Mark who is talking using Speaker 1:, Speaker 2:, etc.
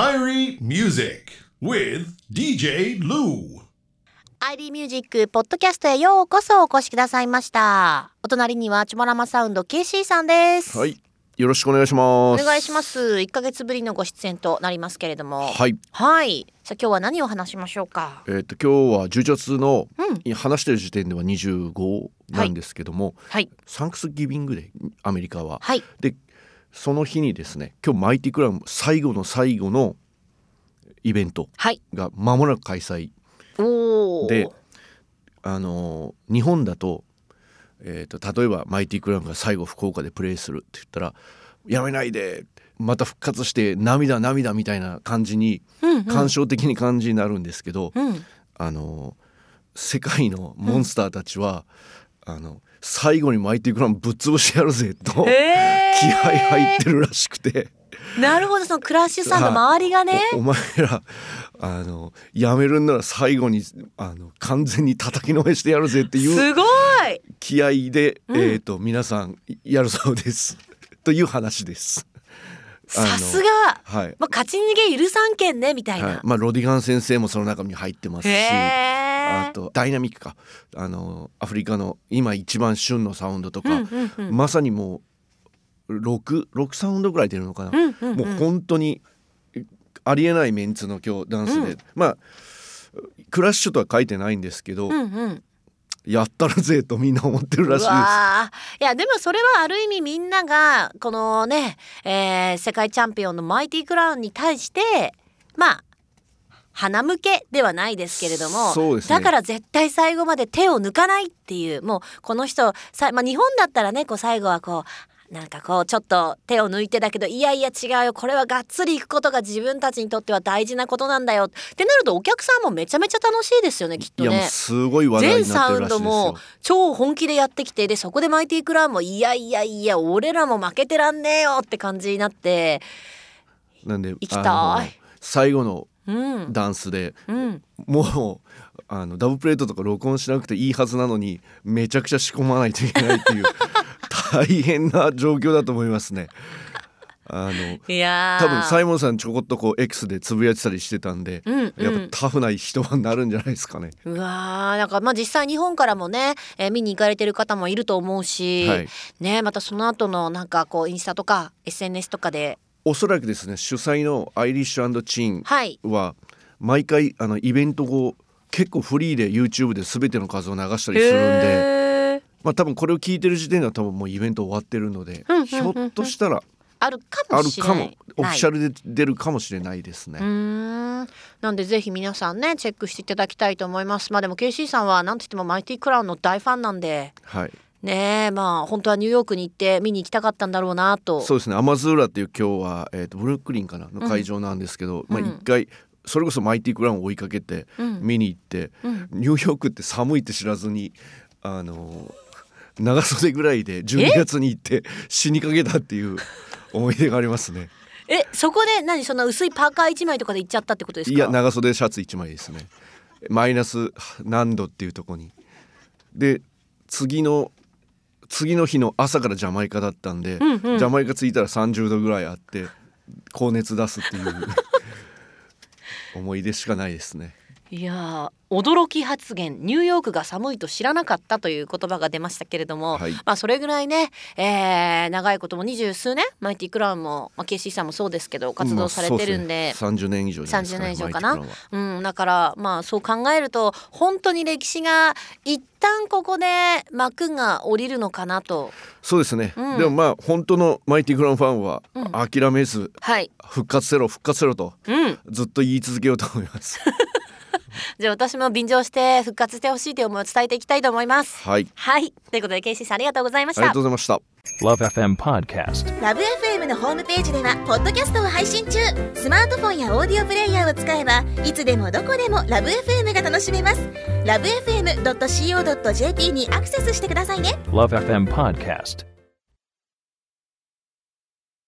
Speaker 1: Irie Music with DJ Lou.
Speaker 2: アイリーミュージックポッドキャストへようこそお越しくださいましたお隣にはチョモラマサウンド KC さんです
Speaker 3: はい、よろしくお願いしま
Speaker 2: お
Speaker 3: す。
Speaker 2: 願いします一ヶ月ぶりのご出演となりますけれどもはい、
Speaker 3: はい、
Speaker 2: さあ今日は何を話しましょうか
Speaker 3: えっ、と今日は10月の、
Speaker 2: うん
Speaker 3: 話してる時点では25なんですけども、
Speaker 2: はい
Speaker 3: サンクスギビングデーアメリカは、
Speaker 2: はい
Speaker 3: でその日にですね、今日マイティクラブ最後の最後のイベント
Speaker 2: はい
Speaker 3: が間もなく開催
Speaker 2: おお
Speaker 3: で、あのー日本だと。えー、と例えばマイティクラブが最後福岡でプレイするって言ったら「やめないでまた復活して涙涙」みたいな感じに
Speaker 2: うんうん
Speaker 3: 感傷的に感じになるんですけど、
Speaker 2: うん
Speaker 3: あの世界のモンスターたちは、あの最後にマイティグラムぶっ潰してやるぜと気
Speaker 2: えー
Speaker 3: 合入ってるらしくて、
Speaker 2: なるほどそのクラッシュさんの周りがね
Speaker 3: おお前らあのやめるんなら最後にあの完全に叩きのめしてやるぜっていう
Speaker 2: すごい
Speaker 3: 気合で、
Speaker 2: うん
Speaker 3: えー、と皆さんやるそうです という話です。あの
Speaker 2: さすが
Speaker 3: はい、
Speaker 2: まあ、勝ち逃げ許さんけんねみたいな、
Speaker 3: はいまあ、ロディガン先生もその中に入ってますし。
Speaker 2: へ
Speaker 3: あとダイナミックかあのアフリカの今一番旬のサウンドと
Speaker 2: うん
Speaker 3: か、
Speaker 2: うんうん
Speaker 3: まさにもう66サウンドぐらい出るのかな、
Speaker 2: うんうんうん
Speaker 3: もう本当にえありえないメンツの今日ダンスで、
Speaker 2: うん
Speaker 3: まあクラッシュとは書いてないんですけど、
Speaker 2: うんうん
Speaker 3: やったらぜとみんな思ってるらしいで
Speaker 2: うわーいやでもそれはある意味みんながこのね、えー世界チャンピオンのマイティクラウンに対してまあ鼻向けではないですけれども、
Speaker 3: そうですね
Speaker 2: だから絶対最後まで手を抜かないっていうもうこの人さ、まあ、日本だったらねこう最後はこうなんかこうちょっと手を抜いてだけどいやいや違うよこれはがっつりいくことが自分たちにとっては大事なことなんだよってなるとお客さんもめちゃめちゃ楽しいですよねきっ
Speaker 3: す。い
Speaker 2: と
Speaker 3: やもう
Speaker 2: ね。
Speaker 3: すごい話題
Speaker 2: 全
Speaker 3: になっ
Speaker 2: サ
Speaker 3: て
Speaker 2: ウ
Speaker 3: る
Speaker 2: ン
Speaker 3: らしい
Speaker 2: ド
Speaker 3: ですよ
Speaker 2: も。超本気でやってきてでそこでマイティクラウンもいやいやいや俺らも負けてらんねえよって感じになって
Speaker 3: なんで
Speaker 2: きたい
Speaker 3: あの最後の
Speaker 2: うん
Speaker 3: ダンスで、
Speaker 2: うん
Speaker 3: もうあのダブプレートとか録音しなくていいはずなのにめちゃくちゃ仕込まないといけないって いう大変な状況だと思いますね。あの
Speaker 2: いやー
Speaker 3: 多分サイモンさんちょこっとこう X でつぶやいてたりしてたんで、
Speaker 2: うんうん
Speaker 3: やっぱタフな人はなるんじゃないですかね。
Speaker 2: うわーなんかまあ実際日本からもね、えー見に行かれてる方もいると思うし、
Speaker 3: はい
Speaker 2: ねまたその後のなんかこうインスタとか SNS とかで
Speaker 3: おそらくですね主催のアイリッシュチーン
Speaker 2: はい
Speaker 3: は毎回あのイベント後結構フリーで YouTube で全ての数を流したりするんで。
Speaker 2: へー
Speaker 3: まあ多分これを聞いてる時点では多分もうイベント終わってるので、
Speaker 2: うんうんうんうん
Speaker 3: ひょっとしたら
Speaker 2: あるか
Speaker 3: あ
Speaker 2: も
Speaker 3: る
Speaker 2: しれ
Speaker 3: か
Speaker 2: な
Speaker 3: も
Speaker 2: い
Speaker 3: オフィシャルで出るかもしれないですね。
Speaker 2: うーんなんでぜひ皆さんねチェックしていただきたいと思いますまあでも KC さんはなんといってもマイティクラウンの大ファンなんで
Speaker 3: はい、
Speaker 2: ねえまあ本当はニューヨークに行って見に行きたかったんだろうなと
Speaker 3: そうですね。アマズーラっていう今日はえっ、とブルックリンかなの会場なんですけど、まあ
Speaker 2: うん
Speaker 3: 一回それこそマイティクラウンを追いかけて
Speaker 2: うん
Speaker 3: 見に行って、
Speaker 2: うん
Speaker 3: ニューヨークって寒いって知らずにあの長袖ぐらいで12月に行って死にかけたっていう思い出がありますね。
Speaker 2: えそこで何そんな薄いパーカー一枚とかで行っちゃったってことですか
Speaker 3: いや長袖シャツ1枚ですねマイナス何度っていうとこにで次の次の日の朝からジャマイカだったんで、
Speaker 2: んうん
Speaker 3: ジャマイカ着いたら30度ぐらいあって高熱出すっていう 思い出しかないですね
Speaker 2: いやー驚き発言ニューヨークが寒いと知らなかったという言葉が出ましたけれども、
Speaker 3: はい
Speaker 2: まあそれぐらいね、えー長いことも二十数年マイティクラウンも、まあ、KC さんもそうですけど活動されてるんで,、
Speaker 3: まあそうすね30年以上じゃないです
Speaker 2: 30
Speaker 3: か、ね、
Speaker 2: 年以上かな
Speaker 3: マイティクラウンは、
Speaker 2: うん、だからまあそう考えると本当に歴史が一旦ここで幕が下りるのかなと
Speaker 3: そうですね、
Speaker 2: うん
Speaker 3: でもまあ本当のマイティクラウンファンは
Speaker 2: うん
Speaker 3: 諦めず、
Speaker 2: はい、
Speaker 3: 復活せろ復活せろと
Speaker 2: うん、
Speaker 3: ずっと言い続けようと思います
Speaker 2: じゃあ私も便乗して復活してほしいという思いを伝えていきたいと思います。
Speaker 3: はい
Speaker 2: はい、ということで KC さんありがとうございまし
Speaker 3: あり
Speaker 2: た
Speaker 3: がとう。ございました
Speaker 4: Love FM Podcast.
Speaker 5: ラブ f m のホームページではポッドキャストを配信中スマートフォンやオーディオプレイヤーを使えばいつでもどこでもラブ f m が楽しめますラブ FM.co.jp にアクセスしてくださいね
Speaker 4: Love FM Podcast.